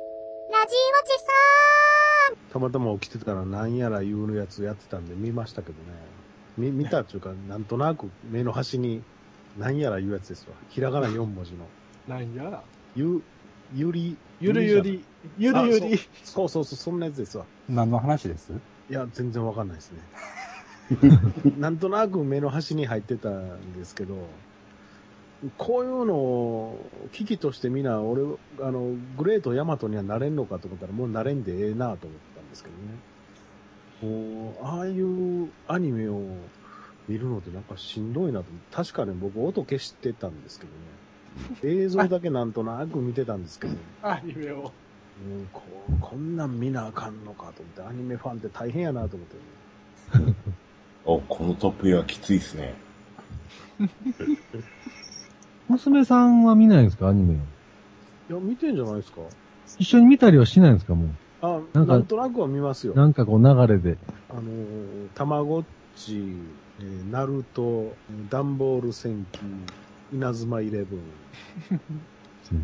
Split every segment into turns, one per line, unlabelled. じおじさん。
たまたま起きてたらなんやら言うやつやってたんで見ましたけどね。見、見たって いうか、なんとなく目の端になんやら言うやつですわ。ひらがな4文字の。
なんやら。
ゆ、ゆり、
ゆるゆり、ゆるゆり。
そうそうそう、そんなやつですわ。
何の話です
いや、全然わかんないです ね。なんとなく目の端に入ってたんですけど、こういうのを危機としてみな、俺、あの、グレートヤマトにはなれんのかと思ったら、もうなれんでええなと思ったんですけどね。こう、ああいうアニメを見るのってなんかしんどいなと思って。確かね、僕音消してたんですけ どね。映像だけなんとなく見てたんですけど、
アニメを。
うんこうこんなん見なあかんのかと思って、アニメファンって大変やなと思って。
お、このトップはきついですね。
娘さんは見ないんですかアニメを。
いや、見てんじゃないですか
一緒に見たりはしないんですかも
あ、な
な
んん
か
となくは見ますよ
う。。なんかこう流れで。
あのー、たまごっち、えーナルト、ダンボール戦記、稲妻イレブン、
全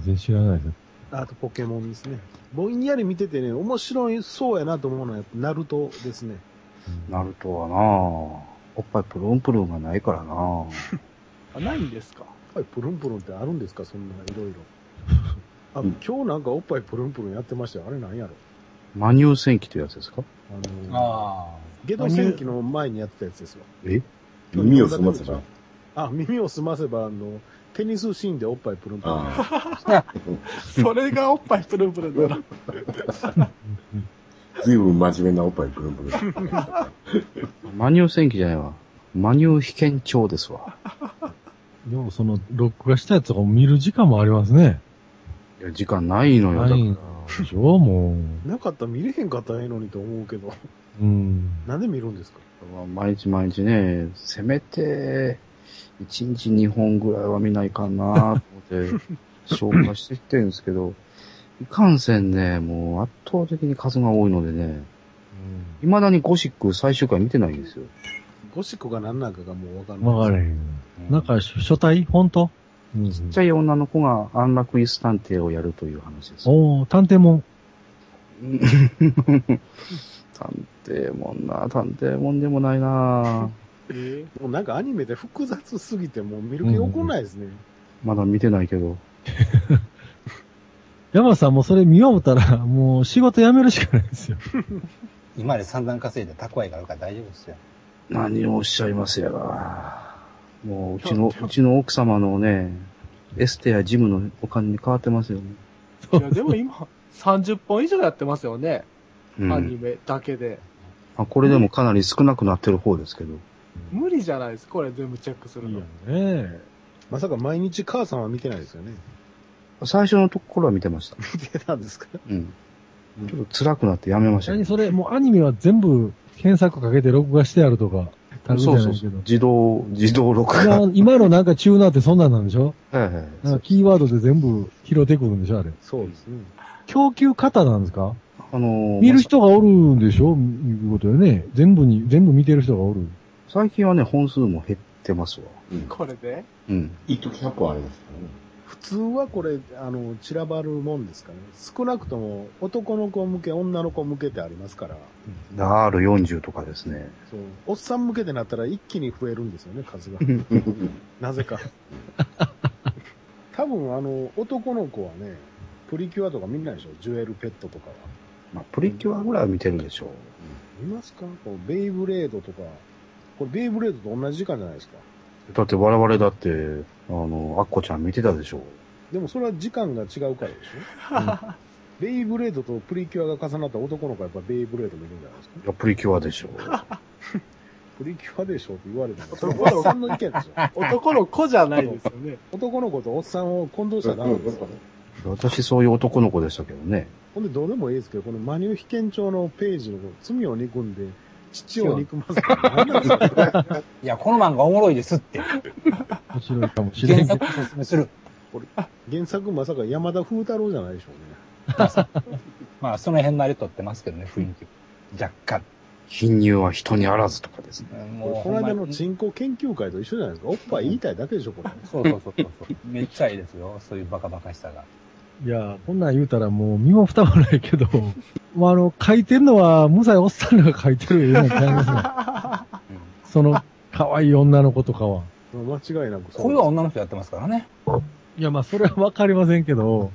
然知らないです。
あとポケモンですね。ぼんやり見ててね、面白いそうやなと思うのは、やっぱナルトですね。
ナルトはなぁ、おっぱいプルンプルンがないからな ぁ。
あ、ないんですか。
おっぱいプルンプルンってあるんですかそんな、いろいろ。あ、
うん
今日なんかおっぱいプルンプルンやってましたよ。あれなんやろ
マニュー戦記というやつですか
あのー、
あ
ゲド戦記の前にやってたやつですわ。
え
耳をすませば。
あ、耳を澄ませば、あの、テニスシーンでおっぱいプルンプルン。
あ
あ。 それがおっぱいプルンプルンだな。
あ。ずいぶん真面目なおっぱいブルンブルン。
マニュー戦記じゃないわ。マニュー被験帳ですわ。
でもその、録画したやつとかも見る時間もありますね。
いや、時間ないのよ。だ
な
から
いなでしょも
なかったら見れへんかったらええのにと思うけど、
う。うん。
なんで見るんですか
毎日毎日ね、せめて、1日2本ぐらいは見ないかなと 思って、消化してきてるんですけど、いかんせんね、もう圧倒的に数が多いのでね、未だにゴシック最終回見てないんですよ。
ゴシックが何なんかがもうわかんない。
わかれへん。なんか、書体本当うん。
ちっちゃい女の子が安楽椅子探偵をやるという話です。
おー、探偵もん。
探偵もんな、探偵もんでもないな
え
もうなんかアニメで複雑すぎてもう見る気起こんないですね。
まだ見てないけど。
山さんもそれ見ようたら、もう仕事辞めるしかないですよ。
今まで散々稼いで蓄えがあるから大丈夫ですよ。
何をおっしゃいますやら。もう、うちの、うちの奥様のね、エステやジムのお金に変わってますよね。
えいや、でも今、30本以上やってますよね。
う
アニ
ん。
メだけで。
あこれでもかなり少なくなってる方ですけど。
無理じゃないです。これ全部チェックするの。
ね
まさか毎日母さんは見てないですよね。
最初のところは見てました。
見てたんですか
うん。ちょっと辛くなってやめま
え。
した
何
け
それ、もうアニメは全部検索かけて録画してあるとか、タ
ど。
グじゃ
そ
な
う
いです
そうそ
け
う
ど。。
自動、自動録画。はい
今今のなんかチューナーってそんなんなんでしょ
はい。
なんかキーワードで全部拾ってくるんでしょあれ。
そうですね。
供給方なんですか
あのー
見る人がおるんでしょいうことよね。全部に、全部見てる人がおる。
最近はね、本数も減ってますわ。
これで
うん。
一時100個ありますからね。
普通はこれ、あの、散らばるもんですかね。少なくとも男の子向け、女の子向けってありますから、
R40 とかですね。
そう、おっさん向けてなったら一気に増えるんですよね、 数が。なぜか。多分あの、男の子はね、プリキュアとか見ないでしょジュエルペットとかは。
まあ、プリキュアぐらいは見てるでしょう。
見ますかこうベイブレードとか。これベイブレードと同じ時間じゃないですか。
だって我々だって、あの、アッコちゃん見てたでしょう。
でもそれは時間が違うからでし ょ、ベイブレードとプリキュアが重なった男の子はやっぱベイブレード見るんじゃないですか
いや、プリキュアでしょう。
プリキュアでしょって言われたら、それおっさんの意見でしょ
男の子じゃないですよ ね。
男の子とおっさんを混同したらダメですよ。
私そういう男の子でしたけどね。
ほんでどうでもいいですけど、このマニュー被験帳のページの罪を憎んで、父を憎 ますから何なんですか
いや、この漫画おもろいですって。
面白いかもしれ
原
んけど。
作おすすめする。
原作まさか山田風太郎じゃないでしょうね。
まあ、その辺のあれ撮ってますけどね、雰囲気。若干。
貧乳は人にあらずとかですね。
もう、
この間の
ほんまに
人口研究会と一緒 じゃないですか。おっぱい言いたいだけでしょ、これ。
そうそうそうそう。めっちゃいいですよ、そういうバカバカしさが。
いや、こんなん言うたらもう身も蓋もないけど、 まあ、あの、書いてるのは、無罪おっさんらが書いてる絵なんちゃいますね その、可愛い女の子とかは。
間違いなくそう
これは女の人やってますからね。
いや、まあ、それはわかりませんけど、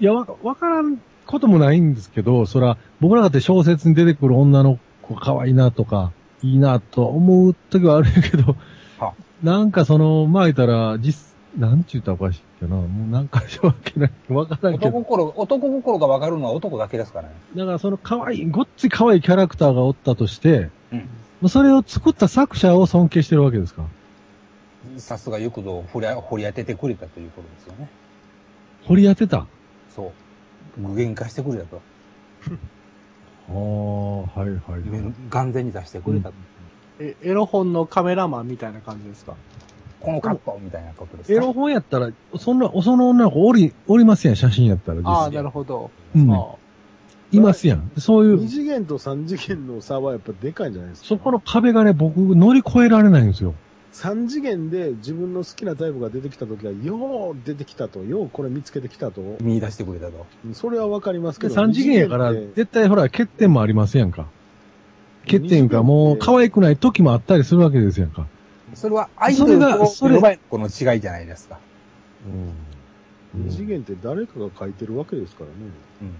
いや、わ、わからんこともないんですけど、そら、僕らだって小説に出てくる女の子可愛いなとか、いいなと思う時はあるんやけど
は、
なんかその、まあ言ったら、実、なんちゅうたらおかしいっけな、もうなんかしょわけない、わからんけ
男
ど、
心、男心がわかるのは男だけですからね。
だからその可愛い、ごっつい可愛いキャラクターがおったとして、
うん
まあそれを作った作者を尊敬してるわけですか
さすがよくぞを掘り掘り当ててくれたということですよね。
掘り当てた
そう。具現化してくれたと。
ああ、はいはい
目の眼前に出してくれたと。
えエロ本のカメラマンみたいな感じですか
このカットみたいなことです
エロ本やったら、そんな、その女の子おり、おりますやん、写真やったら実際。
ああ、なるほど。
うん
あ
いますやん。そうい
2
う、
次元と3次元の差はやっぱでかいんじゃないですか。
そこの壁がね、僕乗り越えられないんですよ。
3次元で自分の好きなタイプが出てきたときは、よう出てきたと、ようこれ見つけてきたと、
見出してくれたと。
それはわかりますけ
で、
ど。
3次元やから、
二次元って
絶対ほら、欠点もありますやんか。欠点いうか、もう、可愛くない時もあったりするわけですやんか。
それは相手と
それがそれ
呼ばれこの違いじゃないですか。
うん
二次元って誰かが書いてるわけですからね。
うん。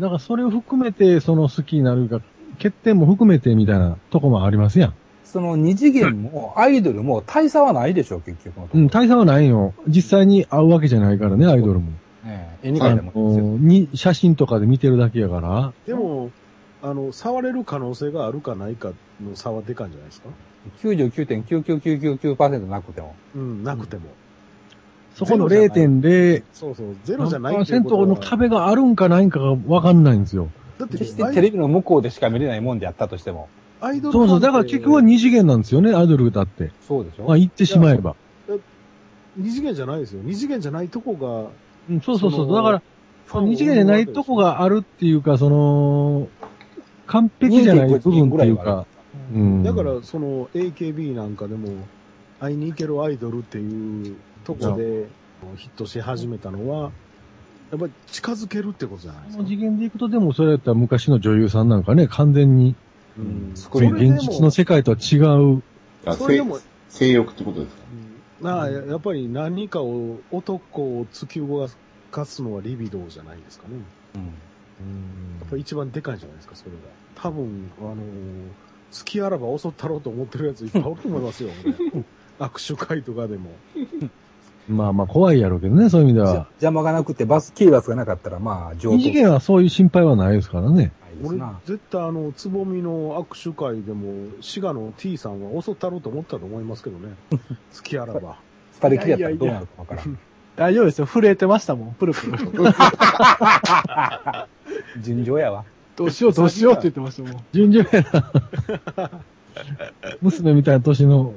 だから、それを含めて、その好きになるか、欠点も含めてみたいなとこもありますやん。
その二次元もアイドルも大差はないでしょう、結局のとこ
う
ろ。
ん、大差はないよ。実際に会うわけじゃないからね、アイドルも。
ええ絵に描いたもんですよ。
あのに、写真とかで見てるだけやから。
でも、あの、触れる可能性があるかないかの差はでかいんじゃないですか。
99.99999%なくても。
うん、なくても。
そこの0.0、
そうそう、ゼロじゃないっていうこと
0%
は
の壁があるんかないんかがわかんないんですよ。
だって
決してテレビの向こうでしか見れないもんであったとしても。
アイドル
そうそう。だから結局は二次元なんですよね、アイドル歌って。
そうでしょ、
まあ言ってしまえば。
二次元じゃないですよ。二次元じゃないとこが、
うん、そうそうそ。
そうの
だから、
ファンを
二次元じゃないとこがあるっていうか、その、完璧じゃない部分っていうか。うん。
だから、その AKB なんかでも、会いに行けるアイドルっていうとこでヒットし始めたのは、やっぱり近づけるってことじゃないで
そ
す
の
か。
次元でいくとでも、それやったら昔の女優さんなんかね、完全に、
うん
作
こ
そ
れ
れ
り
でも
現実の世界とは違う。
あ
それでも
性性欲ってことですか
なあ、やっぱり何かを、男を突き動かすのはリビドーじゃないですかね。
うん
やっぱり一番でかいんじゃないですか、それが。多分、あのー、月あらば襲ったろうと思ってるやついっぱいおると思いますよ、俺握手会とかでも。
まあまあ怖いやろうけどね、そういう意味で
じゃ
は。
邪魔がなくて、バス、キーバスがなかったら、まあ、上
二次元はそういう心配はないですからね。
ないです
俺
な、。
絶対あの、つぼみの握手会でも、滋賀の T さんは襲ったろうと思ったと思いますけどね。月あらば。
二人きりやったらどうなるかわからん。
大丈夫ですよ。震えてましたもん。プルプル。
尋常やわ。
どうしよう、どうしようって言ってましたもん。
順調やな。 娘みたいな年の。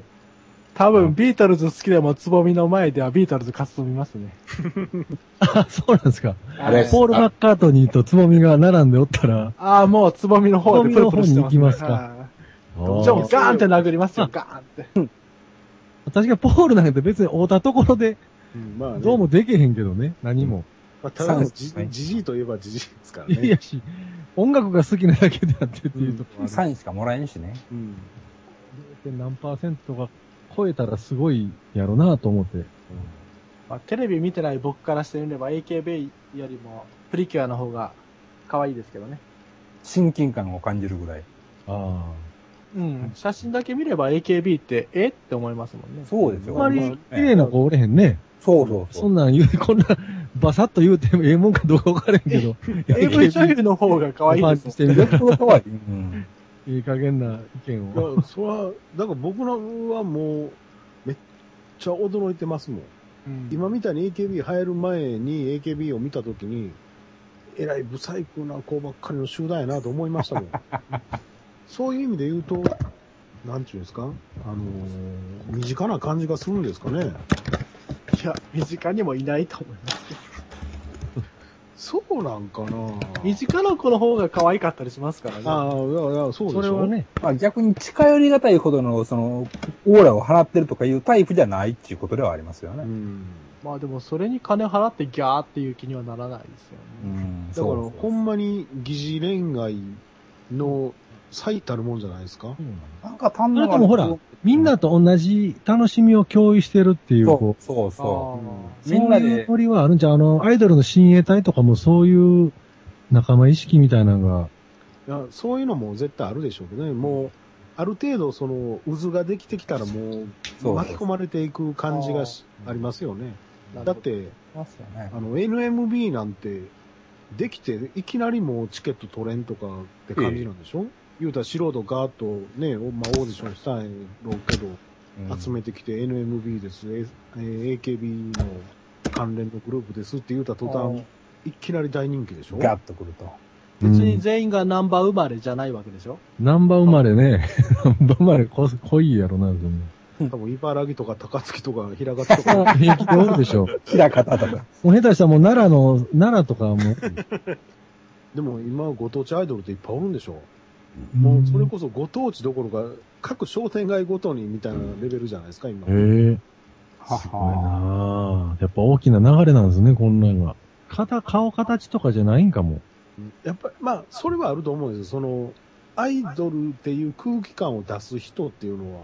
多分、ビートルズ好きでも、つぼみの前ではビートルズ活動見ますね。
あ、そうなんですか。
あれ
ポール・マッカートニーとつぼみが並んでおったら、
ああ、もう、つぼみの方でプルプルしてます、
つぼみの方に行きますか
はいじゃあもう
確
ガーンって殴りますよ、ガーンって。
かポールなんて別に会うたところで、
うんまあね、
どうも、できへんけどね、何も。
まあ、ただのじ
はい
じじいといえばじじいですから
いやい
ね
や。し、音楽が好きなだけであってっていうところ、
サインしかもらえんしね。
うん
何パーセントが超えたらすごいやろなと思って。
まあ、テレビ見てない僕からしてみれば、AKB よりも、プリキュアの方が、可愛いですけどね。
親近感を感じるぐらい。
あ
うん。写真だけ見れば AKB って、えって思いますもんね。
そうです
あ。あ
よ。
んまり綺麗な子おれへんね。
そうそうそ
そ。
うん
なん言う、こ んな、バサッと言うてもええもんかどうかわからへんけど。
AV 女優の方が可愛い
ファ
で
ン
すも
し
ん。
てみたら
そ可愛い。うん。
いい加減な意見を。
いや、それは、だから僕らはもう、めっちゃ驚いてますもん。
うん
今みたいに AKB 入る前に AKB を見たときに、えらい不細工な子ばっかりの集団やなと思いました もん。そういう意味で言うと、なんちゅうんですかあのー身近な感じがするんですかね。
いや、身近にもいないと思います。
そうなんかな
身近な子の方が可愛かったりしますからね。
ああ、いやいや、そうでしょ
それは。ね、
まあ逆に近寄りがたいほどの、その、オーラを払ってるとかいうタイプじゃないっていうことではありますよ
う
ね。
ん。
まあでもそれに金払ってギャーっていう気にはならないですよ
う
ね。
ん。
だから、
そうそう
ほんまに疑似恋愛の最たるもんじゃないですか。
なんか単
そ
な
れ
る
ともほら、みんなと同じ楽しみを共有してるっていう、
そ
こ
うそう
あ
そ
ー
う。みんな
そうい
で
う、ノリはあるんちゃうあの、アイドルの親衛隊とかもそういう仲間意識みたいなのが、
いやそういうのも絶対あるでしょうけどね。もう、ある程度、その、渦ができてきたらも、
そうう
巻き込まれていく感じがし
あー
ありますよね。
なるほど
だって、
ますよね
あ。の、NMB なんて、できて、いきなりもうチケット取れんとかって感じなんでしょ、言うたら素人ガーッとね、おまあ、オーディションしたんやろうけど、
うん
集めてきて NMB です、ええー AKB の関連のグループですって言うた途端、いきなり大人気でしょ
ガッとくると。
別に
うん
全員がナンバー生まれじゃないわけでしょ
ナンバー生まれね、 ナンバー生まれこ濃いやろな、でも。
多分茨城とか高槻とか平方と か、
平気でおるで しょ。
平方とか。
もう下手したらもう奈良の、奈良とかも、
でも今ご当地アイドルっていっぱいおるんでしょも
も
うそれこそご当地どころか、各商店街ごとにみたいなレベルじゃないですか、今。
へえ、すごいなあやっぱ大きな流れなんですね、こんなんが。肩、顔形とかじゃないんかも。
やっぱり、まあ、それはあると思うんですよ。その、アイドルっていう空気感を出す人っていうのは、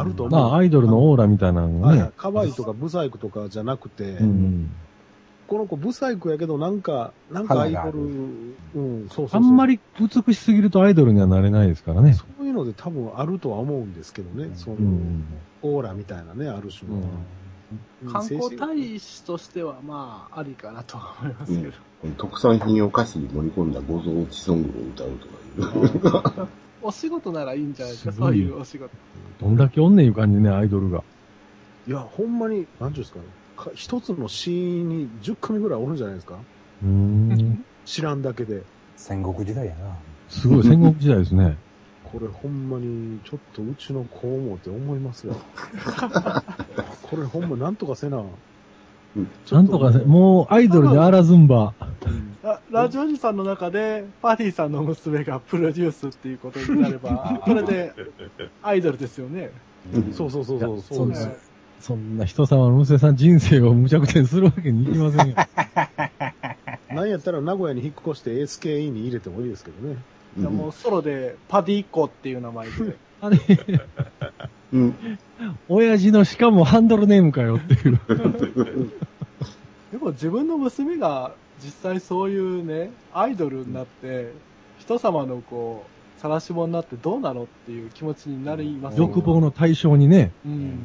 あると思う。
まあ、アイドルのオーラみたいなのが
はい
ね。
可愛いとかブサイクとかじゃなくて、
うん。
この子ブサイクやけど、なんか、なんかアイド
花があ
ル、
る
うん、そうそうそう
あんま、り美しすぎるとアイドルにはなれないですからね
そ。ういうので多分あるとは思うんですけどね、
うん
その、
うん。
オーラみたいなね、ある種の。うん
観光
精神
大使としてはまあありかなとは思いますけど。
特産品を歌詞に盛り込んだご当地ソングを歌うとかいう。
お仕事ならいいんじゃないですか、
す
そ
ご
う
いよ
いうお仕事。
どんだけおんねんいう感じね、アイドルが。
いや、ほんまに、なんていうんですかね、か一つのシーンに10組ぐらいおるんじゃないですか
うーん。
知らんだけで。
戦国時代やな。
すごい、戦国時代ですね。
これほんまに、ちょっとうちの子思うて思いますよ。これほんまなんとかせな。
なんとかせ、もうアイドルであらずんば。
うん
ララジオジさんの中で、パディさんの娘がプロデュースっていうことになれば、それでアイドルですよね。
そうそうそうそう、
そう
そうです。
そんな人様の娘さん人生を無茶苦茶にするわけにいきませんよ。
なんやったら名古屋に引っ越して SKE に入れてもいいですけどね。
じゃあもうソロで、パディコっていう名前で。
あれ、
うん。
親父のしかもハンドルネームかよっていう。
でも自分の娘が実際そういうね、アイドルになって、人様のこう、晒し者になってどうなのっていう気持ちになりますよ
欲望の対象にね、
うん。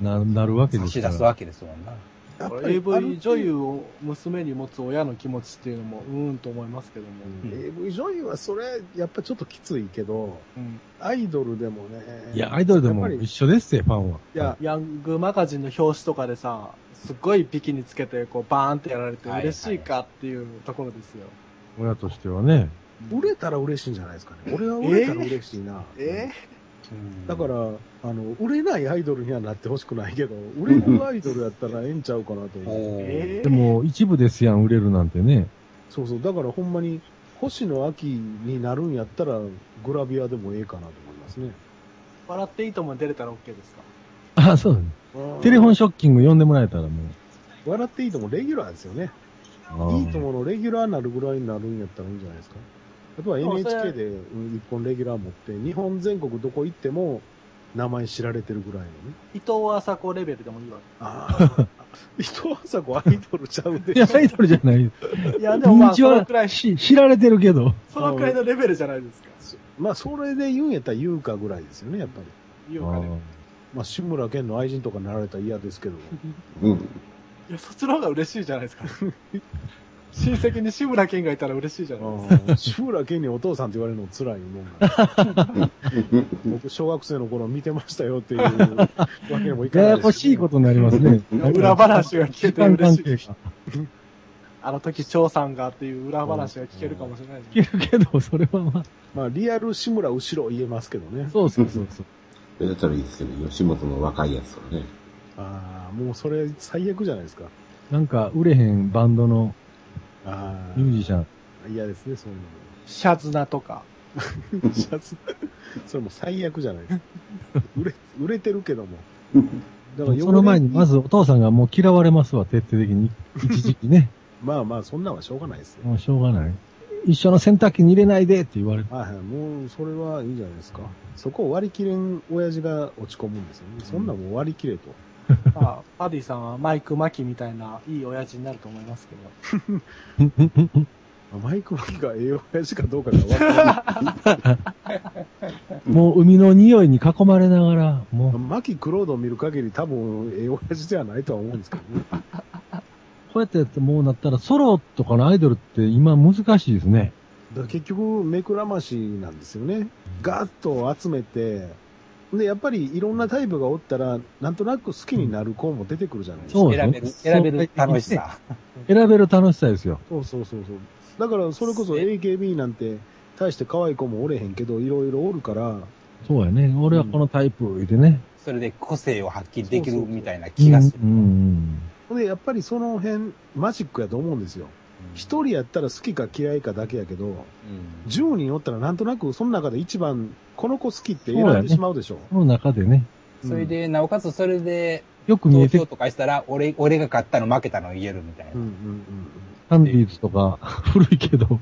ななるわけで
差
す
し
か
出す
ら。
わけですもんな。
やっぱり
AV 女優を娘に持つ親の気持ちっていうのも、うーんと思いますけども。
AV 女優はそれ、やっぱちょっときついけど、
うん
アイドルでもね。
いや、アイドルでも
やっぱり
一緒ですよ、ファンは。
いや、
ヤングマガジンの表紙とかでさ、すっごいビキにつけて、こう、バーンってやられて
はいはい
嬉しいかっていうところですよ。
親としてはね。
売れたら嬉しいんじゃないですかね。俺は売れたら嬉しいな。だから、あの、売れないアイドルにはなってほしくないけど、売れるアイドルやったらええんちゃうかなと思う。
おー
え
でも、一部ですやん、売れるなんてね。
そうそう、だからほんまに、星野秋になるんやったら、グラビアでもええかなと思いますね。
笑っていいとも出れたら OK ですか
あ、そうだね。テレフォンショッキング呼んでもらえたらもう。
笑っていいともレギュラーですよね。
あー
いいとものレギュラーになるぐらいになるんやったらいいんじゃないですか。あとは
でもそれ
NHK でうん一本レギュラー持って、日本全国どこ行っても名前知られてるぐらいのね。
伊藤麻子レベルでもいいわ
ああ。伊藤麻子アイドルちゃうで
いや、アイドルじゃない。
け。いや、でもまあ、
日
そ
は
のくらい、
し知られてるけど。
そのくらいのレベルじゃないですか。
まあ、それで言うんやったら言うかぐらいですよね、やっぱり。
言うかね。
まあ、志村けんの愛人とかになられたら嫌ですけど。
うん。
いや、そっちの方が嬉しいじゃないですか。親戚に志村けんがいたら嬉しいじゃないですか。
うん志村けんにお父さんって言われるの辛いもんなんで 僕、小学生の頃見てましたよっていうわけにもいか
や
ないです
やこしいことになりますね。
裏話が聞け
時
て
間
嬉
関
しい。
係が。
あの時、張さんがっていう裏話が聞けるかもしれないですね。
いけるけど、それはまあ。
まあ、リアル志村後ろ言えますけどね。
そうそうそうそう。
だったらいいですけど、吉本の若いやつとかね。
ああ、もうそれ最悪じゃないですか。
なんか、売れへんバンドの
ああ。
ミュージシャン。
嫌ですね、 そういう
シャズナとか。
の。シャツ。それもう最悪じゃないですか。売れ、売れてるけども。だ
その前に、まずお父さんがもう嫌われますわ、徹底的に。一時期ね。
まあまあ、そんなんはしょうがないですね。
もうしょうがない。一緒の洗濯機に入れないでって言 われて。
はいはい、もう、それはいいじゃないですか。そこを割り切れん親父が落ち込むんですよね。そんなんもう割り切れと。
まあ、パディさんはマイク・マキみたいないい親父になると思いますけど。
マイクマキがええ親父かどうかが分からない。
もう海の匂いに囲まれながら、もう、
マキクロードを見る限り多分ええ親父ではないとは思うんですけどね。
こうやってやってもうなったらソロとかのアイドルって今難しいですね。
だから結局、目くらましなんですよね。ガーッと集めて、で、やっぱりいろんなタイプがおったら、なんとなく好きになる子も出てくるじゃないですか。
そう
選べる、選べる楽しさ。
選べる楽しさですよ。
そうそうそうそう。だから、それこそ AKB なんて、大して可愛い子もおれへんけど、いろいろおるから、
そうやね。俺はこのタイプ言うてね。
それで個性を発揮できるみたいな気がする
う。ん。
で、やっぱりその辺、マジックやと思うんですよ。一人やったら好きか嫌いかだけやけど、
うん
10人おったらなんとなくその中で一番、この子好きって
そう
選
や
んで
ね
しまうでしょ。
この中でね、
それで、なおかつそれで、
よく見え
投
て
票とかしたら、俺、俺が勝ったの負けたの言えるみたいな
うんうん。
ハンディーズとか、 古いけど、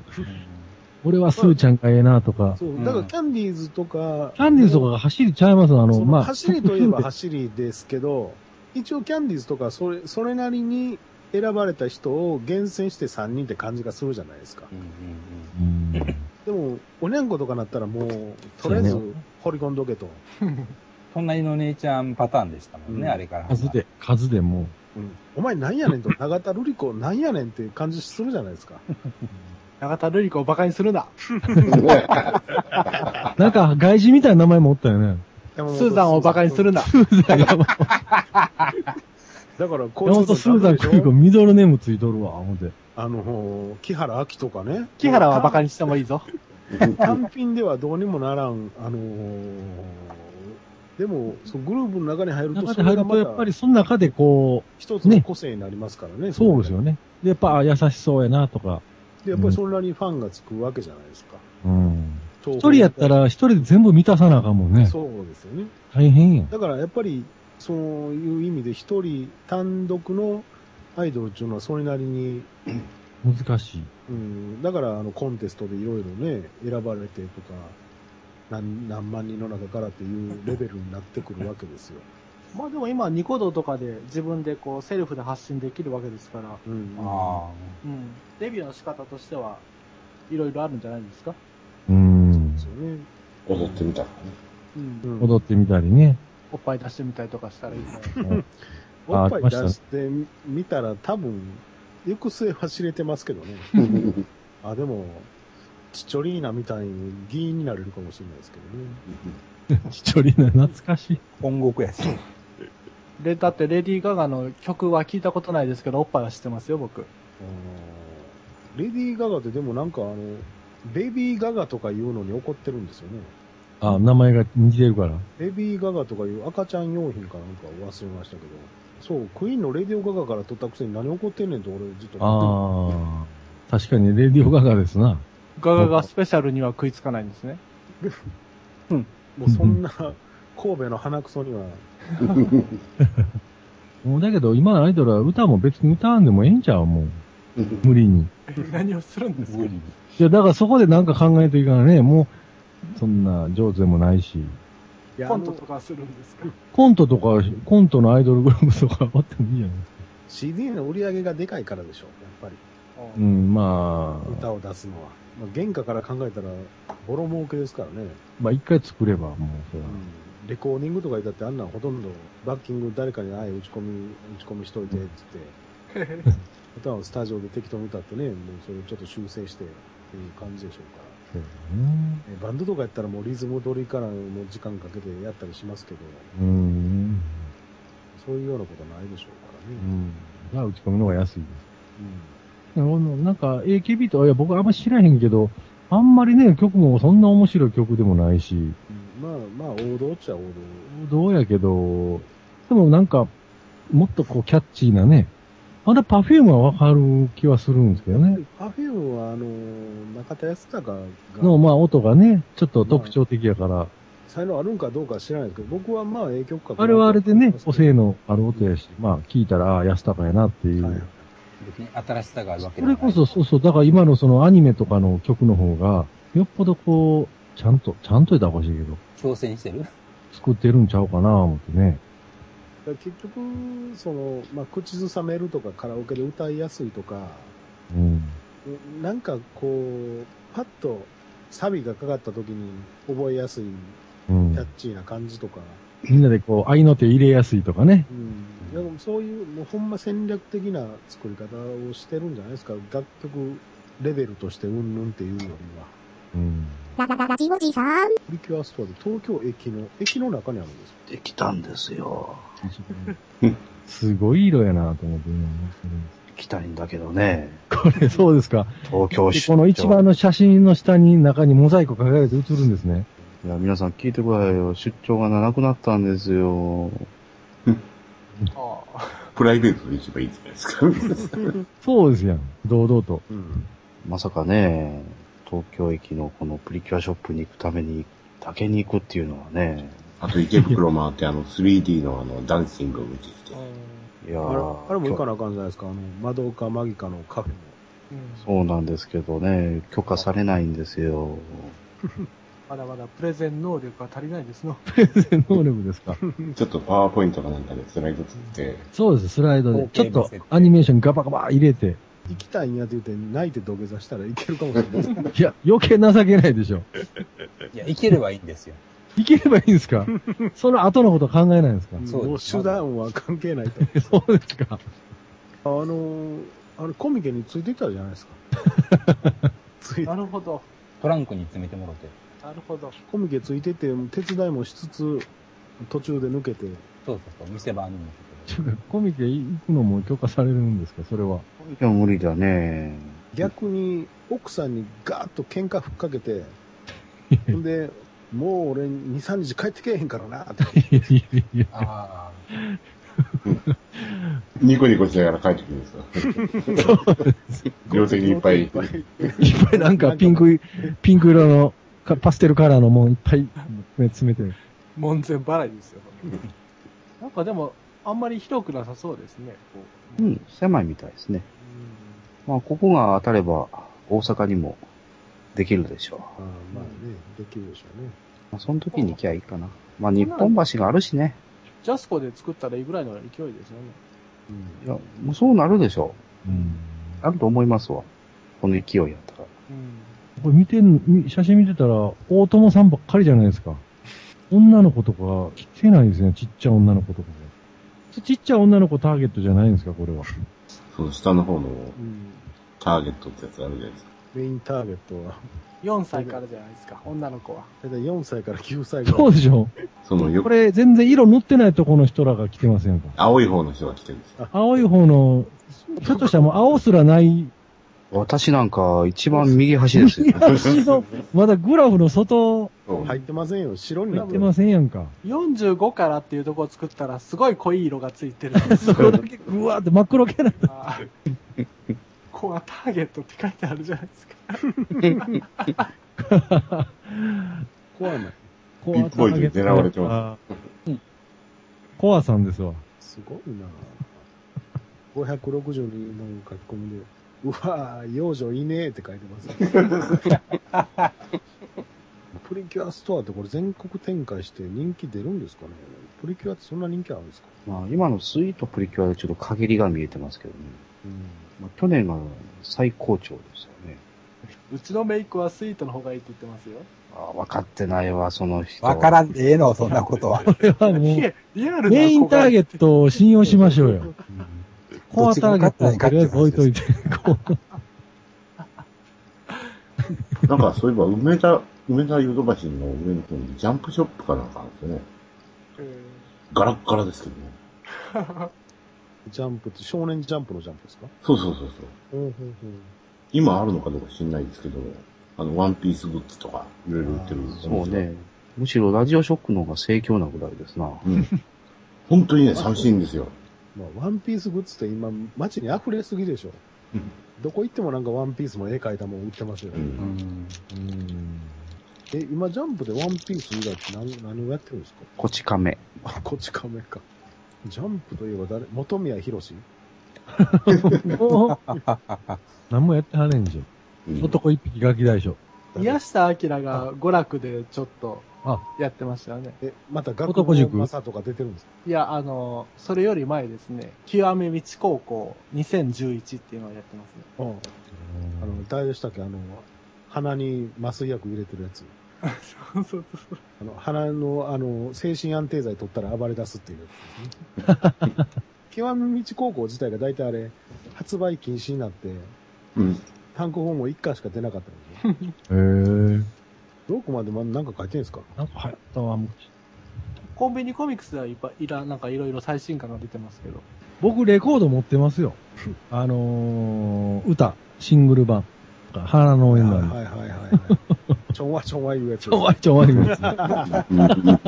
俺はスーちゃんがええなと
うんうん。
か、
そう、だからキャンディーズとか、
キャンディーズとかが走りちゃいますあ
そ
の、
の
まあ、
走りといえ ば走りですけど、一応キャンディーズとかそれ、それなりに選ばれた人を厳選して3人って感じがするじゃないですか。
うんうん
うん
でも、おにゃんことかなったらもう、とりあえず
そうね
掘り込んどけと。
隣の姉ちゃんパターンでしたもんね、
うん
あれから。
数で、数でも
うんお前なんやねん と、永田瑠璃子なんやねんっていう感じするじゃないですか。
永田瑠璃子を馬鹿にするな。
う。なんか、外人みたいな名前もおったよね。
ス
スーザンを馬鹿にするな。
だから、こ
山本スーザンクイコ、ミドルネームついとるわ、思って。
あの、木原明とかね。
木原は馬鹿にしてもいいぞ。
単品ではどうにもならん、あのでも、そうグループの中に入ると、
中
そ
で
れ
入
が
ると、
ま
やっぱ
た
りその中でこ
一つの個性になりますからね。
う、そうですよね。で、やっぱ、あ優しそうやなとか。
で、やっぱりそれなりにファンがつくわけじゃないですか。
うん。
一
一人やった、ら一人で全部満たさなあかんもんね。
そうですよね。
大変やん。
だからやっぱり、そういう意味で一人単独のアイドルっていうのはそれなりに、
難しい。
うん、だからあのコンテストでいろいろね、選ばれてとか、何何万人の中からっていうレベルになってくるわけですよ。
まあでも今、ニコ動とかで自分でこう、セルフで発信できるわけですから、
うん、
あ
うん。デビューの仕方としては、いろいろあるんじゃないですか。
う
で
ん
す。よね。
踊ってみたらね。
う。
うんん
踊ってみたり ね。
おっぱい出してみたりとかしたらいいね。
お
あ
っぱい出してみたら多分、行く末は知れてますけどね。あ、でも、チチョリーナみたいに議員になれるかもしれないですけどね。
一人な、懐かしい。
あ、本国やし。
で、だってレディー・ガガの曲は聞いたことないですけど、おっぱいは知ってますよ、僕。
あーレディー・ガガってでもなんかあの、ベビー・ガガとか言うのに怒ってるんですよね。
あ、名前が似てるから。
ベビー・ガガとかいう赤ちゃん用品かなんか忘れましたけど、そう、クイーンのレディオ・ガガから取ったくせに何怒ってんねんと俺ずっと思っ
ああ。確かに、レディオガガですな。
ガガがスペシャルには食いつかないんですね。
てるもうそんな神戸の鼻くそには、
もうだけど、今のアイドルは歌も別に歌わんでもええんちゃうもう。無理に。
何をするんですか
無理に。
いや、だからそこでなんか考えといかんね。もう、そんな上手でもないし。
いや
コント
あの
とかするんですか
コントとか、コントのアイドルグループとかあってもいいやん。
CD の売り上げがでかいからでしょ、やっぱり。
うん、まあ、
歌を出すのは。まあ、原価から考えたら、ボロ儲けですからね。
まあ一回作れば、もう、それ
う
は。
んレコーディングとか言ったってあんなんほとんどバッキング誰かにあい打ち込み、打ち込みしといてって言って、 歌をスタジオで適当に歌ってね、もうそれをちょっと修正してっていう感じでしょうから。
そうだね
えバンドとかやったらもうリズム取りからもう時間かけてやったりしますけど、
うん。
そういうようなことはないでしょうから
う
ね。
ん。じゃあ打ち込みの方が安いです。
うん
なるほどなんか AKB と、いや、僕あんま知らへんけど、あんまりね、曲もそんな面白い曲でもないし、
まあまあ王道っちゃ王道。
どうやけど、でもなんか、もっとこうキャッチーなね、まだパフュームはわかる気はするんですけどね。
パフュームはあの、中田康隆が、
の、まあ音がね、ちょっと特徴的やから、
才能あるんかどうかは知らないですけど、僕はまあ影響か
あれはあれでね、個性のある音やし、まあ聞いたら、ああ、安高やなっていう。
はい
別に新しさがあるわけ
そ
ではな
れこ
い。
そ、そうそう、だから今のそのアニメとかの曲の方が、よっぽどこう、ちゃんと、ちゃんと言ったらおかしいけど、
挑戦してる。
作ってるんちゃうかな、思ってね。
だから結局、その、まあ、口ずさめるとかカラオケで歌いやすいとか、
うん。
うんなんかこう、パッとサビがかかった時に覚えやすい、
うん
キャッ。チーな感じとか、
みんなでこう、愛の手入れやすいとかね。
うん、でもそういう、もうほんま戦略的な作り方をしてるんじゃないですか。楽曲レベルとしてうんぬんっていうよりは。
うん。
ララララジオじさん。
プリキュアストアで東京駅の、駅の中にあるんですよ。
できたんですよ。
すごい色やなと思って今思ってるんです
行きたいんだけどね。
これ、そうですか。
東京出
この一番の写真の下に、中にモザイクかけられて映るんですね。
いや、皆さん聞いてくださいよ。出張がなくなったんですよ。
ああ。
プライベートで行けばいいんじゃないですか。
そうですやん。堂々 と。
うん。
まさかね、東京駅のこのプリキュアショップに行くために、だけに行くっていうのはね、
あと池袋回って、あの、3D のあの、ダンシングを見てきて。
いや
あれ
ー
あれも行かなあかんじゃないですか。あの、窓かマギかのカフェも。
うん。
そうなんですけどね、許可されないんですよ。
まだまだプレゼン能力が足りないですの。
能力ですか。
ちょっとパワーポイントかなんかでスライド作って、
そうです、スライドで。ちょっ
OK の
と
設定
アニメーションにガバガバ入れて。
行きたいんやって言って泣いて土下座したらいけるかもしれないですね。
いや、余計情けないでしょ。
いや、いければいいんですよ。
いければいいんですかその後のこと考えないんですか
うん
そう
もう
です
手段は関係ないと。
そうですか。
あのー、あれコミケについてたじゃないですか。つい
なるほど。
トランクに詰めてもろて。
なるほど。
コミケついてて、手伝いもしつつ、途中で抜けて、
そうそうそう、店番にも。
ちょっとコミケ行くのも許可されるんですかそれは。
いや、無理だね。
逆に奥さんにガーッと喧嘩ふっかけ て、ほんで、もう俺2、3日帰ってけえへんからな、って。
いやいやいや。
ああ。
ニコニコしながら帰ってくるんですよ。両手にいっぱい。
いっぱいなんかピンクい、ピンク色のかパステルカラーのもんいっぱいね詰めてる。
門前払いですよ。なんかでも、あんまり広くなさそうですね。こ
う
ううん
ん、狭いみたいですね。まあ、ここが当たれば、大阪にもできるでしょう。
ああまあね、できるでしょうね。
まあ、その時に行きゃいいかな。まあ、日本橋があるしね。
ジャスコで作ったらいいぐらいの勢いですよね。
いや、もうそうなるでしょ
うん。
う。あると思いますわ。この勢いやったら。
うん。
これ見てん、み写真見てたら、大友さんばっかりじゃないですか。女の子とか来てないですね。ちっちゃい女の子とかが。ちっちゃい女の子ターゲットじゃないんですかこれは。
その下の方の
うん。
ターゲットってやつあるじゃないですか。
メインターゲットは、
4歳からじゃないですか、女の子は。
だいたい4歳から9歳ぐらい。
そうでしょ
そのよ
これ全然色塗ってないとこの人らが来てませんか
青い方の人が来てるんですよ。
青い方の、ちょっとしたらもう青すらない、
私なんか、一番右端 ですよ。
端の、まだグラフの外
そう
入ってませんよ。白に
入
な
ってませんやんか。
45からっていうとこを作ったら、すごい濃い色がついてる。
そこだけ、うわーって真っ黒けな。
あー コアターゲットって書いてあるじゃないですか。
怖いな。
コ。
ビッグボーイズに狙われてます
コアさんですわ。
すごいな。562の書き込みで、うわぁ、幼女いねえって書いてます、 プリキュアストアってこれ全国展開して人気出るんですかねプリキュアってそんな人気あるんですか
まあ、今のスイートプリキュアでちょっと限りが見えてますけどね。
うん。
まあ、去年が最高潮でしたよね。
うちのメイクはスイートの方がいいって言ってますよ。
ああ、分かってないわ、その人。
わから
ん。
んでええの、そんなことは。
これはもう、
いえリアルな子が
メインターゲットを信用しましょうよ。コアターゲットをとりあえず置いといて。こう
なんかそういえば、梅田、梅田ヨドバシの上の方にジャンプショップかなんかあるんですよね。
うん
ガラッガラですけどね。
ジャンプって少年ジャンプのジャンプですか
そうそうそうそう。
うんうんうん。
今あるのかどうか知んないですけど、あの、ワンピースグッズとか、いろいろ売ってるんですよ
そう。ね。むしろラジオショックの方が盛況なぐらいですな。
うん。本当にね、寂しいんですよ。
まあ、ワンピースグッズって今、街に溢れすぎでしょ。
うん
どこ行ってもなんかワンピースの絵描いたもん売ってますよ
う
ね。
ん。
え、今、ジャンプでワンピース以外って何何をやってるんですか
こち亀。
あ、こち亀か。ジャンプといえば誰本宮博士
お何もやってはねんじ
うん
ゃ。男一匹ガキ大将。
宮下明が娯楽でちょっと
あ、
やってましたよね。
え、また学
男塾
マサとか出てるんですか
いや、あの、それより前ですね、極め道高校2011っていうのをやってますね。
ああの、誰でしたっけあの、鼻に麻酔薬入れてるやつ。
そうそうそう。
あの、鼻の、あの、精神安定剤取ったら暴れ出すっていうやつですね。 極み道高校自体が大体あれ、発売禁止になって、
うん。
単行本も1巻しか出なかったんで すよ。
へえ。
どこまでまなんか書いてるんですか
なんか入ったわ。もう
コンビニコミックスではいっぱいいら、なんかいろいろ最新刊が出てますけど。
僕、レコード持ってますよ。あのー、歌、シングル版。花の応
はい
援
はい
団。
はいはいはい。ちょんわちょんわいうやつ。
ちょわいちょわいですね。
うん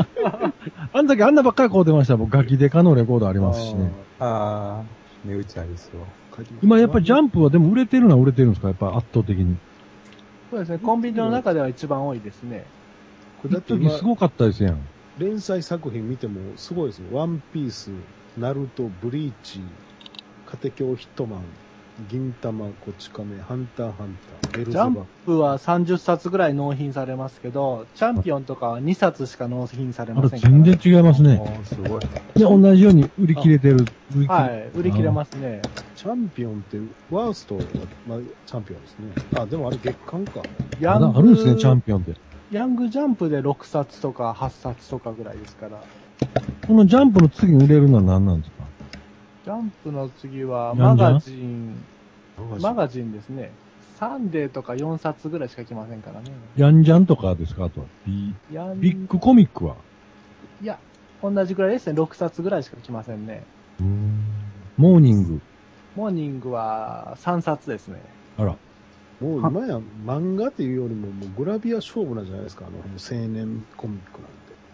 あんだけあんなばっかり買うてましたら、僕、ガキデカのレコードありますしね。
ああ、値打ちありそう。
あー。書いてます
今やっぱりジャンプはでも売れてるのは売れてるんですかやっぱ圧倒的に。
そうですね、コンビニの中では一番多いですね。
これだ
一
って
時
今
すごかったですやん。
連載作品見てもすごいですね。ワンピース、ナルト、ブリーチ、カテキョウヒットマン、銀玉、コチカメ、ハンターハンター、ベル
ジ
ズ
ャ
バ
ンプは30冊ぐらい納品されますけど、チャンピオンとかは2冊しか納品され
あ
ま
れ
せんから。
全然違いますね。
おーすごい。
で、同じように売り切れてる。売り切れ
はい、売り切れますね。
チャンピオンって、ワーストが、まあ、チャンピオンですね。あ、でもあれ月間か。
ヤ
ま
ン
だ
グ
あるんですね、チャンピオンって。
ヤングジャンプで6冊とか8冊とかぐらいですから。
このジャンプの次に売れるのは何なんですか
ジャンプの次は
ヤ
マ
ンジャン
ガジン、マガジンですね。サンデーとか4冊ぐらいしか来ませんからね。
ヤンジャンとかですかあとは。ビ
ヤン
ビッグコミックはい
や、同じぐらいですね。6冊ぐらいしか来ませんね。
モーニング。
モーニングは3冊ですね。
あら。
もう今や漫画っていうよりも、もうグラビア勝負なんじゃないですか。あの、青年コミック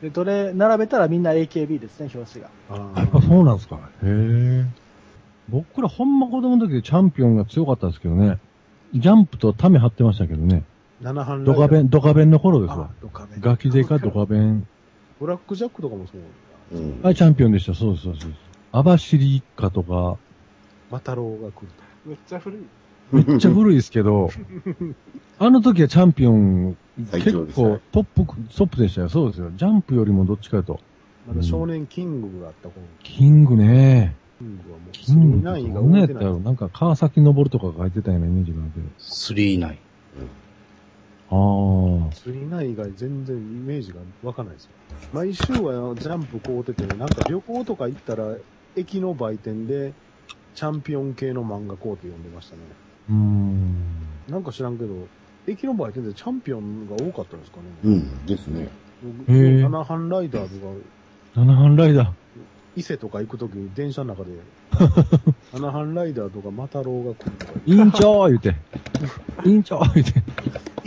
で、どれ並べたらみんな AKB ですね、表紙が。
なんて。
やっ ぱそうなんですか。へえ。僕らほんま子供の時でチャンピオンが強かったですけどね。ジャンプとタメ張ってましたけどね。
七班
ドカベ
ン
ン、ドカベンの頃です
あ。、
わ
ドカベン。
ガキデカドカベン。
ブラックジャックとかもそうなんだ。
うん
はい、チャンピオンでした。そうですそうですそうです。アバシリ一家とか、
マタロウが来る
めっちゃ古い。
めっちゃ古いですけ ど、あの時はチャンピオン、
最
結
強でした
構
ね
トップ、トップでしたよ。そうですよ。ジャンプよりもどっちかと。
と。まだ少年キングがあった頃、
キングね。
キングはもう、
キング。
ナ
ど
インが
んな
動
や
い
ってた
ない
やろなんか川崎登とかが書いてたようなイメージがあるけど。
スリーナイン。
ああ。
釣りない以外全然イメージが湧かないですよ。毎週はジャンプ買うてて、なんか旅行とか行ったら、駅の売店で、チャンピオン系の漫画買うて読んでましたね。
うーん。
なんか知らんけど、駅の売店でチャンピオンが多かったんですかね。
うん。ですね。
僕
へー
七班ライダーとか、
七半ライダー。
伊勢とか行くときに電車の中で、七班ライダーとかマタロウが来るとか言って
委員長言う て。委員長言うて。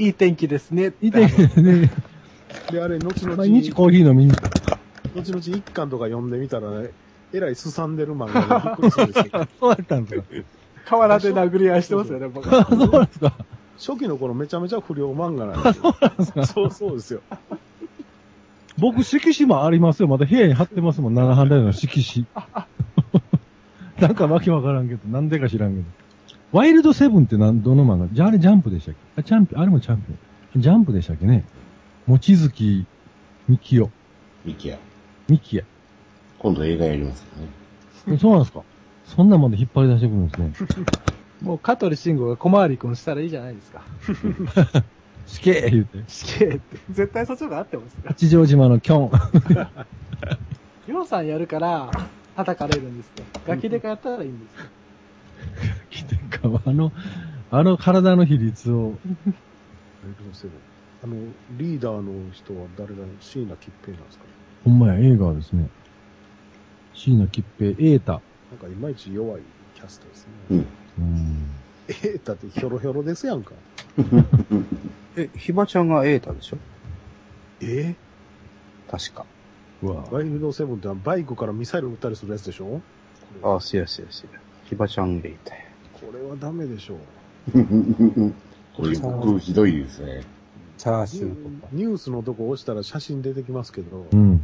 いい天気ですね。
いてね。
で、あれ、後々、
毎日コーヒー飲みに。
後々一巻とか読んでみたら、えらいすさんでる漫画でびっくりするんですけど。
そうだったんですか。
河原で殴り合いしてますよね、僕は。
そうなんですか。
初期の頃めちゃめちゃ不良漫画なんですよ。そうそうですよ。
僕、色紙もありますよ。まだ部屋に貼ってますもん。七半ライダーの色紙。 なんかわけわからんけど、なんでか知らんけど。ワイルドセブンってなんどの漫画じゃあ、あれジャンプでしたっけあ、チャンピオン、あれもチャンピオン。ジャンプでしたっけね。もちづき、みきよ、
ミキヤ。
みきや。
今度映画やりますね。
そうなんですかそんなまで引っ張り出してくるんですね。
もう香取慎吾が小回りくんしたらいいじゃないですか。
死刑言うて。
死刑って。絶対そっちの方が合ってますよ。
八丈島のキョン。
りょうさんやるから、叩かれるんですよ。ガキデカやったらいいんですよ。
来てかは、あの、あの体の比率を、
あの、リーダーの人は誰だ椎名桔平なんですか
ほんまや、映画ですね。椎名桔平、エータ。
なんかいまいち弱いキャストです
う
ね。
ん。
うん。
えー、だってヒョロヒョロですやんか。
え、ひばちゃんがエータでしょ
え
確か。
うわ
ワイルドセブンってあのバイクからミサイル撃ったりするやつでしょこ
あ、すやすやすや。ひばちゃんエータや。
れこれはダメでしょう。
これ、僕、ひどいですね。
チャーシューとか。
ニュースのとこ押したら写真出てきますけど、
うん。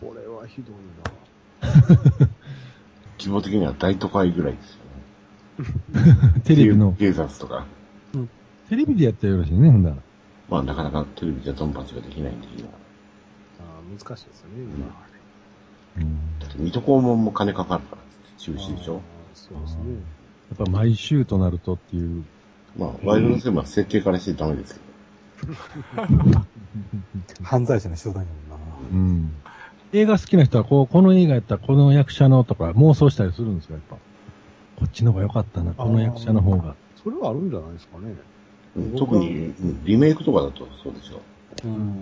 これはひどいな。
規模的には大都会ぐらいですよね。
テレビの、
警察とか。
テレビでやったらよろしいね、ほんなら。
まあなかなかテレビじゃドンパチができないんで今。
あー難しいですよね、今はね。
うん。
だって水戸黄門も金かかるからって中止でし
あー
ょ。
そうですね。
やっぱ毎週となるとっていう。
まあワイドのせいは設定からしてダメですけど。
犯罪者の人だよな。
うん。映画好きな人は、こう、この映画やったらこの役者のとか妄想したりするんですよ、やっぱ。こっちの方が良かったな、この役者の方が。
それはあるんじゃないですかね。
うん特に、うんリメイクとかだとそうでしょ。
うん。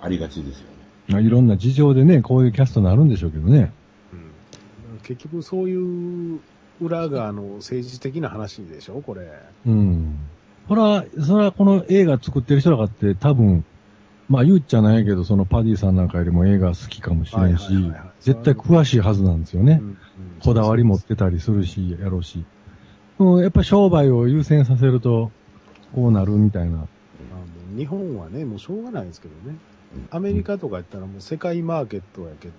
ありがちですよね。
まあいろんな事情でね、こういうキャストになるんでしょうけどね。
うん、結局そういう裏があの政治的な話でしょ、これ。
うん。これは、それはこの映画作ってる人らかって多分、まあ言うじゃないけど、そのパディさんなんかよりも映画好きかもしれんし
はいはいはいはい、
絶対詳しいはずなんですよね。
うん
こだわり持ってたりするし、やろうし。うん、やっぱり商売を優先させると、こうなるみたいな。
まあもう日本はね、もうしょうがないですけどね
うん。
アメリカとかやったらもう世界マーケットやけど、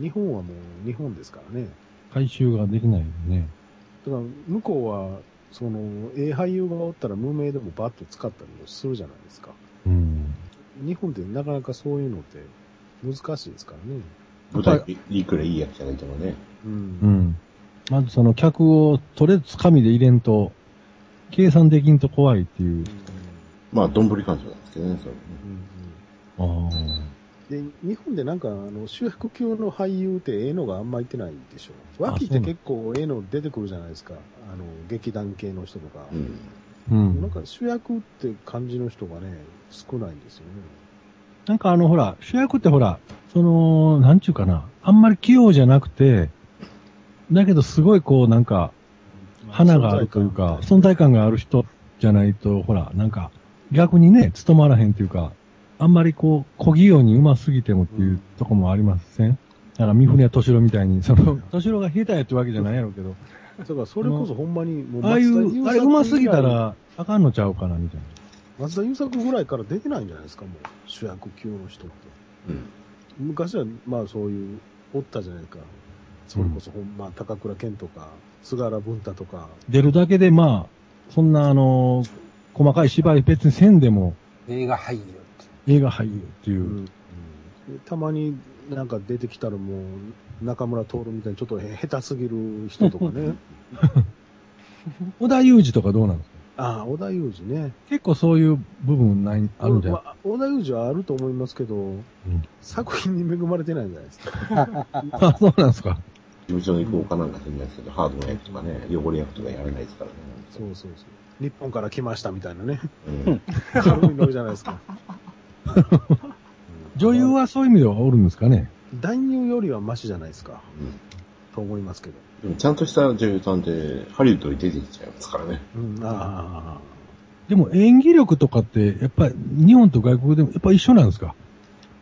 日本はもう日本ですからね。
回収ができないよね。
だから向こうは、その、ええ俳優がおったら無名でもバッと使ったりもするじゃないですか。
うん。
日本ってなかなかそういうのって難しいですからね。
舞台でいくらいい役者がいてもね。
う。
うんん。まずその客をとりあえず掴みで入れんと、計算できんと怖いっていう。
まあ、どんぶり感情なんですけどね、それね。
うん
ああ。
で、日本でなんか、あの、主役級の俳優ってええのがあんまいてないでしょ。脇って結構ええの出てくるじゃないですか。あの、劇団系の人とか
う。ん。
う
なん
ん。
か主役って感じの人がね、少ないんですよね。
なんかあのほら、主役ってほら、その、なんちゅうかな。あんまり器用じゃなくて、だけどすごいこうなんか、花があるというか、存在感がある人じゃないと、ほら、なんか、逆にね、務まらへんというか、あんまりこう、小器用に上手すぎてもっていうとこもありません、だから、三船敏郎みたいに、そ の、敏郎が下手やってわけじゃないやろうけど、
だからそれこそほんまに、も
ああいう、あれ上手すぎた、ら、あかんのちゃうかな、みたいな。
松田優作ぐらいから出てないんじゃないですか、もう。主役級の人って。
うん。
昔は、まあそういう、おったじゃないか。それこそ、ほんま、高倉健とか、菅原文太とか。
出るだけで、まあ、そんな、あの、細かい芝居別にせんでも、
映画俳優って。
映画俳優っていうう。
んたまになんか出てきたらもう、中村徹みたいにちょっとへ下手すぎる人とかね。
小田裕二とかどうなんですか
ああ、小田裕二ね。
結構そういう部分ない、あるんじゃない
まあ小田裕二はあると思いますけど、作品に恵まれてないんじゃないですか。
あ、 そうなんですか。
事務所の意向かなんか知んないですけど、ハードの役とかね、汚れ役とかやらないですからね。
そうそうそう。日本から来ましたみたいなね。
うん。
軽いノリじゃないですか。
女優はそういう意味ではおるんですかね。
男優よりはマシじゃないですか。と思いますけど。
でもちゃんとした女優さんで、ハリウッドに出てきちゃいますからね。
うん、ああ。
でも演技力とかって、やっぱり日本と外国でもやっぱ一緒なんですか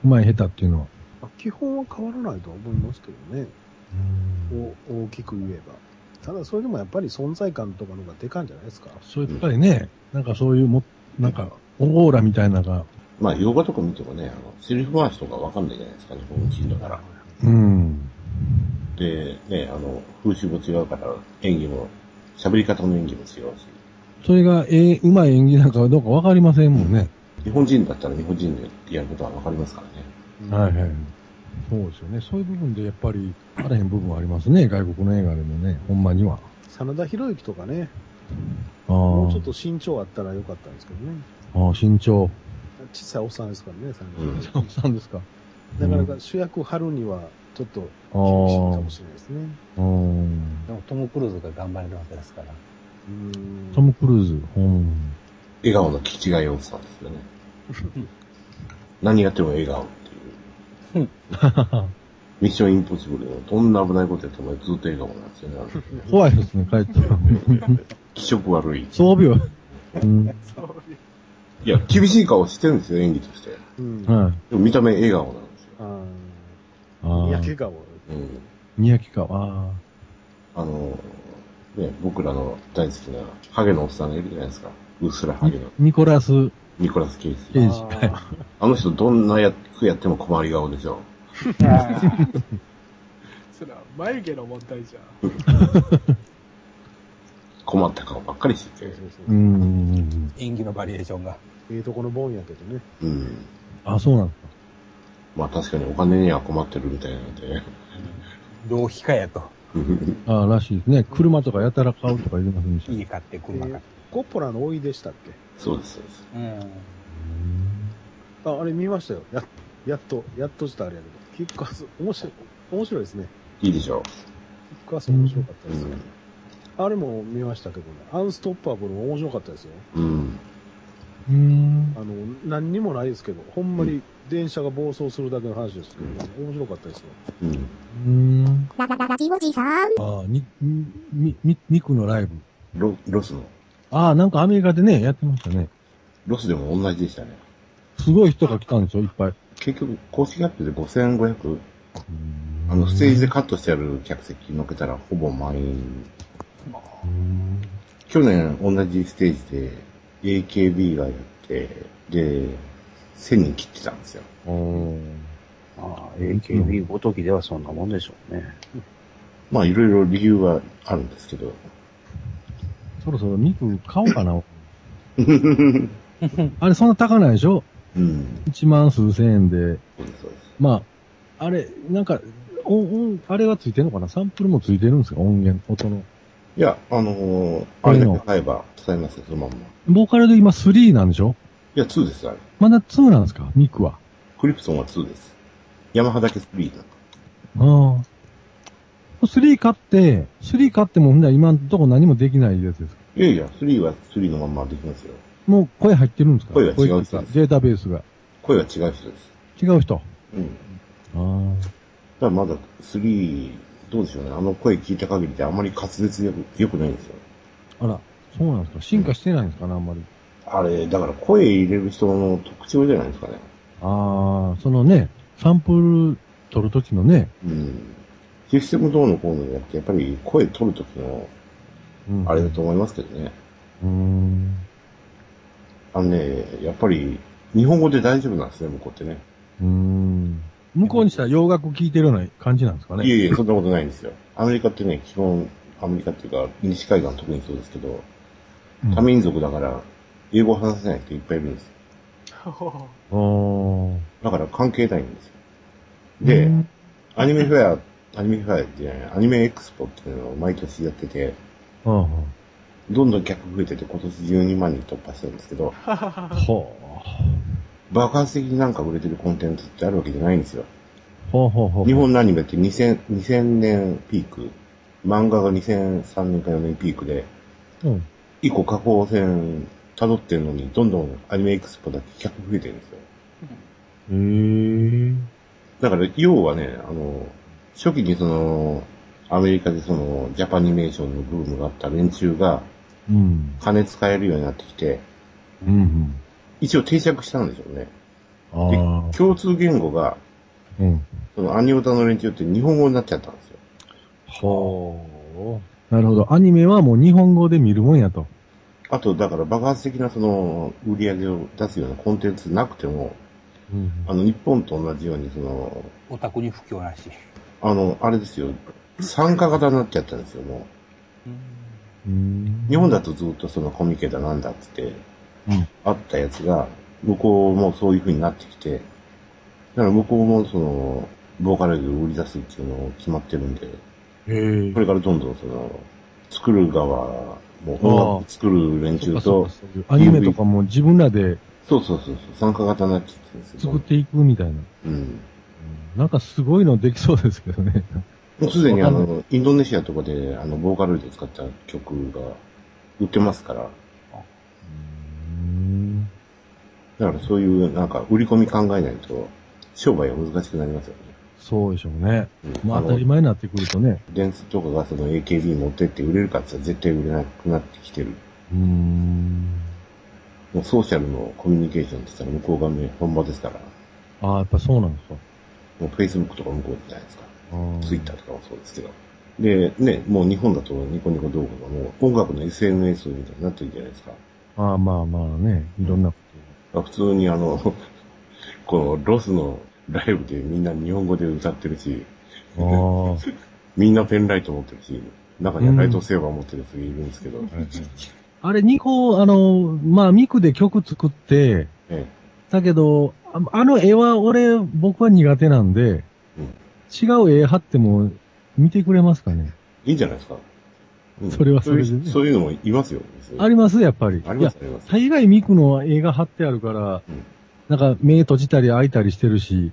上手い下手っていうのは。
まあ基本は変わらないとは思いますけどね。お大きく言えば。ただそれでもやっぱり存在感とかの方がでかいんじゃないですか。
そうやっぱりね、なんかそういうも、なんか、オーラみたいなのが、
まあ、洋画とか見てもね、あの、セリフ回しとかわかんないじゃないですか、日本人だから。
うん。
で、ね、あの、風習も違うから、演技も、喋り方の演技も違うし、
それが、えー、上手い演技なんかどうかわかりませんもんね。
日本人だったら日本人でやることはわかりますからね。
はいはい。そうですよね。そういう部分でやっぱり、あらへん部分はありますね。外国の映画でもね、ほんまには。
真田広之とかね、
あ
もうちょ
ー
っと身長あったらよかったんですけどね。
あー、身長。
小さいおっさんですからね、真
うん
田広
なんですか。
之。なかなか主役張るには、ちょっと厳しい
あ
かも
あ
しれないですね。
うん。
でもトム・クルーズが頑張れるわけですから。
うん
トム・クルーズ。うん。
笑顔の聞き違いをさんですよね。何やっても笑顔って いう。ミッションインポッシブルのどんな危ないことやってもずっと笑顔なんですよね。あの
怖いですね、帰ったら。
気色悪い。
装備は。うん。
いや、厳しい顔してるんですよ、演技として。
うん。あ
はい。
でも見た目笑顔なんですよ。
あ
あ
ー。
ー
やけ顔。
うん。
三宅か。あ
あの、ね、僕らの大好きなハゲのおっさんがいるじゃないですか。
あ。
うっすらハゲの
ニコラス・
ニコラス・ケイス。
ケイジ。
あの人どんな役やっても困り顔でしょ。
それは眉毛の問題じゃん。
困った顔ばっかりしてて。
うーん。
演技のバリエーションが。
ええとこのボンやけどね。
うん。
あ、そうなんですか。
まあ確かにお金には困ってるみたいなんで。
浪費家やと。
あらしいですね。車とかやたら買うとか言いませんでした。
家買って車買って。
コッポラのおいでしたっけ
そうです、そうです。
うん。
あ、あれ見ましたよ。や、やっと、やっとしたあれやけど。キックアス、面白い、面白いですね。
いいでしょ
キックアス面白かった
う。う
ですね。
ん。
あれも見ましたけどね。アンストッパーブルも面白かったですよ。
うん。
うーん
あ。の、何にもないですけど、ほんまに電車が暴走するだけの話ですけど、ね、面白かったですよ。
うん。
うーん。
ララララジオジさん。
あ、に、に、に、ニクのライブ。
ロロスの。
ああ、なんかアメリカでね、やってましたね。
ロスでも同じでしたね。
すごい人が来たんでしょ、いっぱい。
結局、公式アップで5500、あの、ステージでカットしてある客席乗っけたらほぼ満員。
うーん。
去年同じステージで AKB がやって、で、1000人切ってたんですよ。
お
まあ、AKB ごときではそんなもんでしょうね。
まあいろいろ理由はあるんですけど。
そろそろミク買おうかな。あれそんな高ないでしょ
うん。
?1 万数千円で。
そうです、そうです。
まあ、あれ、なんか、音、音、あれがついてんのかなサンプルもついてるんですか音源、音の。
いや、あのー、
こ
あ
うい
れ
う
だ
の
け買えば使えますよ、そのまんま。い
ボーカルで今3なんでしょ
や、2です、あれ。
まだ2なんですかミクは。
クリプトンは2です。ヤマハだけ3だ。
ああ。3買って、3買ってもほんなら今んとこ何もできないやつですか
いやいや、3は3のまんまできますよ。
もう声入ってるんですか
声は違う人
声っていうかデータベースが。
声は違う人です。
違う人。
うん。
ああ。
ただまだ3、どうでしょうね。あの声聞いた限りであまり滑舌よく良くないんですよ。
あら、そうなんですか進化してないんですかね、あんまり。
あれ、だから声入れる人の特徴じゃないですかね。
ああ、そのね、サンプル取るときのね、
うん。システムどうのこうのじゃなくて、やっぱり声取るときの
うん、
あれだと思いますけどね。
うーん。
あのね、やっぱり日本語で大丈夫なんですね、向こうってね。
うーん。向こうにしたら洋楽聴いてるような感じなんですかね。
いえいえ、そんなことないんですよ。アメリカってね、基本、アメリカっていうか、西海岸特にそうですけど、
うん
多民族だから、英語を話せない人いっぱいいるんですよ。
あー
だから関係ないんですよ。で、
うん
アニメフェア、アニメフェアってね、アニメエクスポっていうのを毎年やってて、
ああ、
どんどん客増えてて、今年12万人突破してるんですけど、
ほ
爆発的になんか売れてるコンテンツってあるわけじゃないんですよ。
う。ほうほうほう。
日本のアニメって2000 2000年ピーク、漫画が2003年か4年ピークで、
うん。
一個下降線辿ってるのに、どんどんアニメエクスポだけ客増えてるんですよ。
へー
だから、要はね、あの、初期にその、アメリカでその、ジャパニメーションのブームがあった連中が、
うん。
金使えるようになってきて、
うんうん。
一応定着したんでしょうね。で
ああ。
共通言語が、
うん。
そのアニオタの連中って日本語になっちゃったんですよ。
ほう。なるほど。アニメはもう日本語で見るもんやと。
あと、だから爆発的なその、売り上げを出すようなコンテンツなくても、
うん
あの、日本と同じようにその、
オタクに不況なし。
あの、あれですよ、参加型になっちゃったんですよ、もう。
うん
日本だとずっとそのコミケだなんだっつって
うん、
あったやつが、向こうもそういう風になってきて、だから向こうもその、ボーカルを売り出すっていうのを決まってるんで、
へえ
こ。れからどんどんその、作る側、もう音楽作る連
そ
中
うかそう
と
か、そういうアニメとかも自分らで
そうそうそうそう、参加型になっちゃってるんです
作っ
よ。
ていくみたいな。
うん。
なんかすごいのできそうですけどね。
もうすでにあの、インドネシアとかで、あの、ボーカルで使った曲が売ってますから、
うん。
だからそういうなんか売り込み考えないと、商売は難しくなりますよね。
そうでしょうね。
うん
まあ
の
当たり前になってくるとね。
電通とかがその AKB 持ってって売れるかって言ったら絶対売れなくなってきてる。
うーん。
もうソーシャルのコミュニケーションって言ったら向こうがね、本場ですから。
ああ、やっぱそうなんですか。
もう Facebook とか向こうじゃないですか。
あー
Twitter とかもそうですけど。で、ね、もう日本だとニコニコ動画がもう音楽の SNS みたいになってるじゃないですか。
まあまあまあね、いろんなこ
まあ普通にあの、 このロスのライブでみんな日本語で歌ってるし、
と。あ
みんなペンライト持ってるし、中にはライトセーバー持ってるやつがいるんですけど、
あ。あれ、2個、あの、まあ、ミクで曲作って、
え
だけど、ああの絵は俺、僕は苦手なんで、違う絵貼っても見てくれますかね
えいいんじゃないですか。うん
それはそれでね
そういうそういうのもいますよ。
あ
り
りますやっぱり。
あり
い
ま
や
す、あります。
大概ミクの絵が貼ってあるから
うん、
なんか目閉じたり開いたりしてるし、
い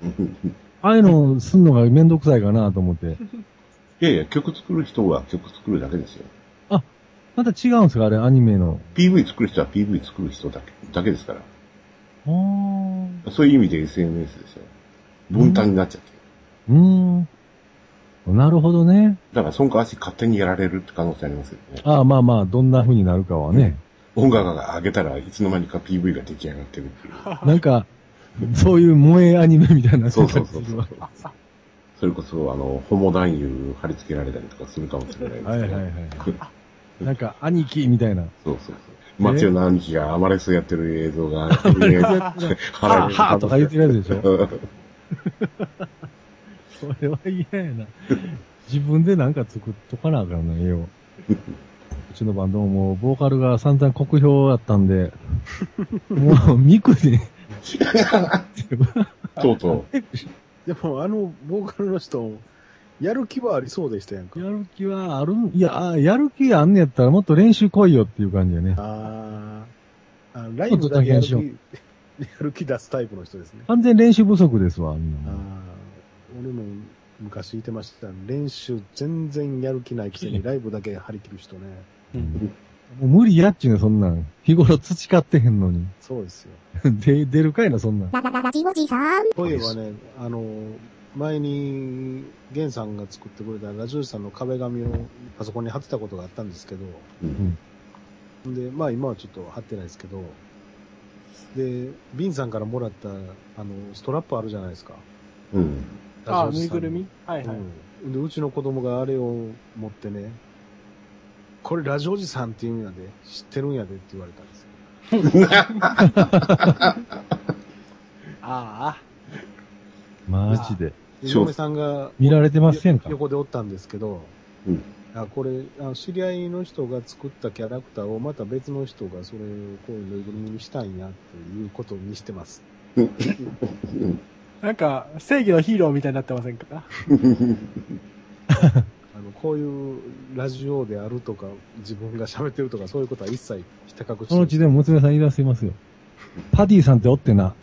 ああいうのすんのがめんどくさいかなと思って。
やいや、曲作る人は曲作るだけですよ。
また違うんですかあれ、アニメの。
PV 作る人は PV 作る人だけだけですから。
あー
そういう意味で SNS ですよ。分担になっちゃってる。
うーん。なるほどね。
だから、その足勝手にやられるって可能性ありますけどね。
ああ、まあまあ、どんな風になるかはね。
音楽が上げたらいつの間にか PV が出来上がってるっていう。
なんか、そういう萌えアニメみたいな。
そうそうそうそう。 それこそ、あの、ホモ男優貼り付けられたりとかするかもしれないですけど。
はいはいはいなんか、兄貴みたいな。
そうそうそう。マチオの兄貴がアマレスやってる映像が、貼
は
ら
あ、
れる
はあとか言ってるやつでしょ。
うん
それは嫌やな。自分でなんか作っとかなあかんの、絵を。うちのバンドももう、ボーカルが散々酷評あったんで、もう、ミクに、
とうとう、
でも、あの、ボーカルの人、やる気はありそうでしたやんか
や。る気はあるん、いや、あやる気あんねやったらもっと練習来いよっていう感じやね。
あーあ、ライブだけやる気、
ちょっと
やる気出すタイプの人ですね。
完全練習不足ですわ、みん
あ
な。
ー俺も昔言ってました。練習全然やる気ないくせにライブだけ張り切る人ね。
もう無理やっちゅうね、そんなん。日頃培ってへんのに。
そうですよ。
で、出るかいな、そんなん。
ララララジオジさん。
そういえばね、あの、前に、ゲンさんが作ってくれたラジオさんの壁紙をパソコンに貼ってたことがあったんですけど、
うん
で、まあ今はちょっと貼ってないですけど、で、ビンさんからもらった、あの、ストラップあるじゃないですか。
うん。
あ
ラ
あ、
ジオ
ぬい
さんの
ぐるみはいはい。
うん。で、うちの子供があれを持ってね、これラジオおじさんって言うんやで、知ってるんやでって言われたんですよ。
あ
マジで。
で
そう
嫁さんが
見られてませんか
よ横でおったんですけど、
うん
あこれあの知り合いの人が作ったキャラクターをまた別の人がそれをこういうぬいぐるみにしたんやっていうことにしてます。
あ。なんか、正義のヒーローみたいになってませんか
あのこういうラジオであるとか、自分が喋ってるとか、そういうことは一切ひた隠して
そのうちでも娘さん言い出せますよ。パディさんっておってな。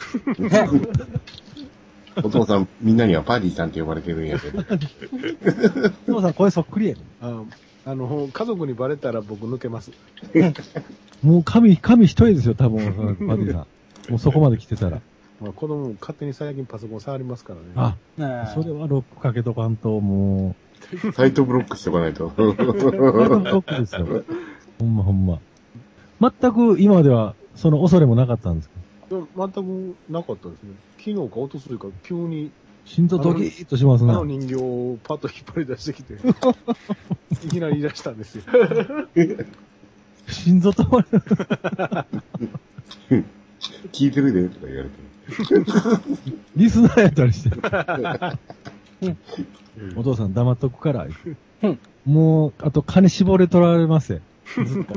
お父さん、みんなにはパディさんって呼ばれてるんやけど。
お父さん、これそっくりやで。
ああの家族にバレたら僕抜けます。
もう神、神一人ですよ、多分、そのパディさん。もうそこまで来てたら。
まあ、子供も勝手に最近パソコン触りますからね。
あ、
ね
それはロックかけとかんと、も
サイトブロックしておかないと。
う、ロックですよ。ほんまほんま。全く今までは、その恐れもなかったんですか
でも全くなかったですね。昨日か一昨日か急に
心臓ドキッとします
あ
な
の。人形をパッと引っ張り出してき て、いきなり言い出したんですよ。
心臓止まる。
聞いてるで、とか言われて。
リスナーやったりして。お父さん黙っとくから。もう、あと金絞れ取られますよ。ずっと。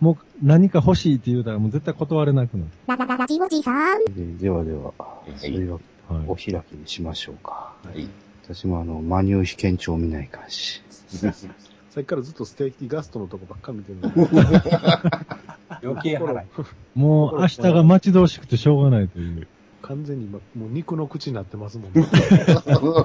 もう何か欲しいって言うたらもう絶対断れなくなる。
ララララジオジさん。
でではでは、それはお
はい。
開きにしましょうか。
はい。
私もあの、マニュー被験帳見ないかんし。
さっきからずっとステーキガストのとこばっか見てるんで
余計払い。
もう明日が待ち遠しくてしょうがないという。
完全に今、もう肉の口になってますもんね。
ラジオジさんから何言うて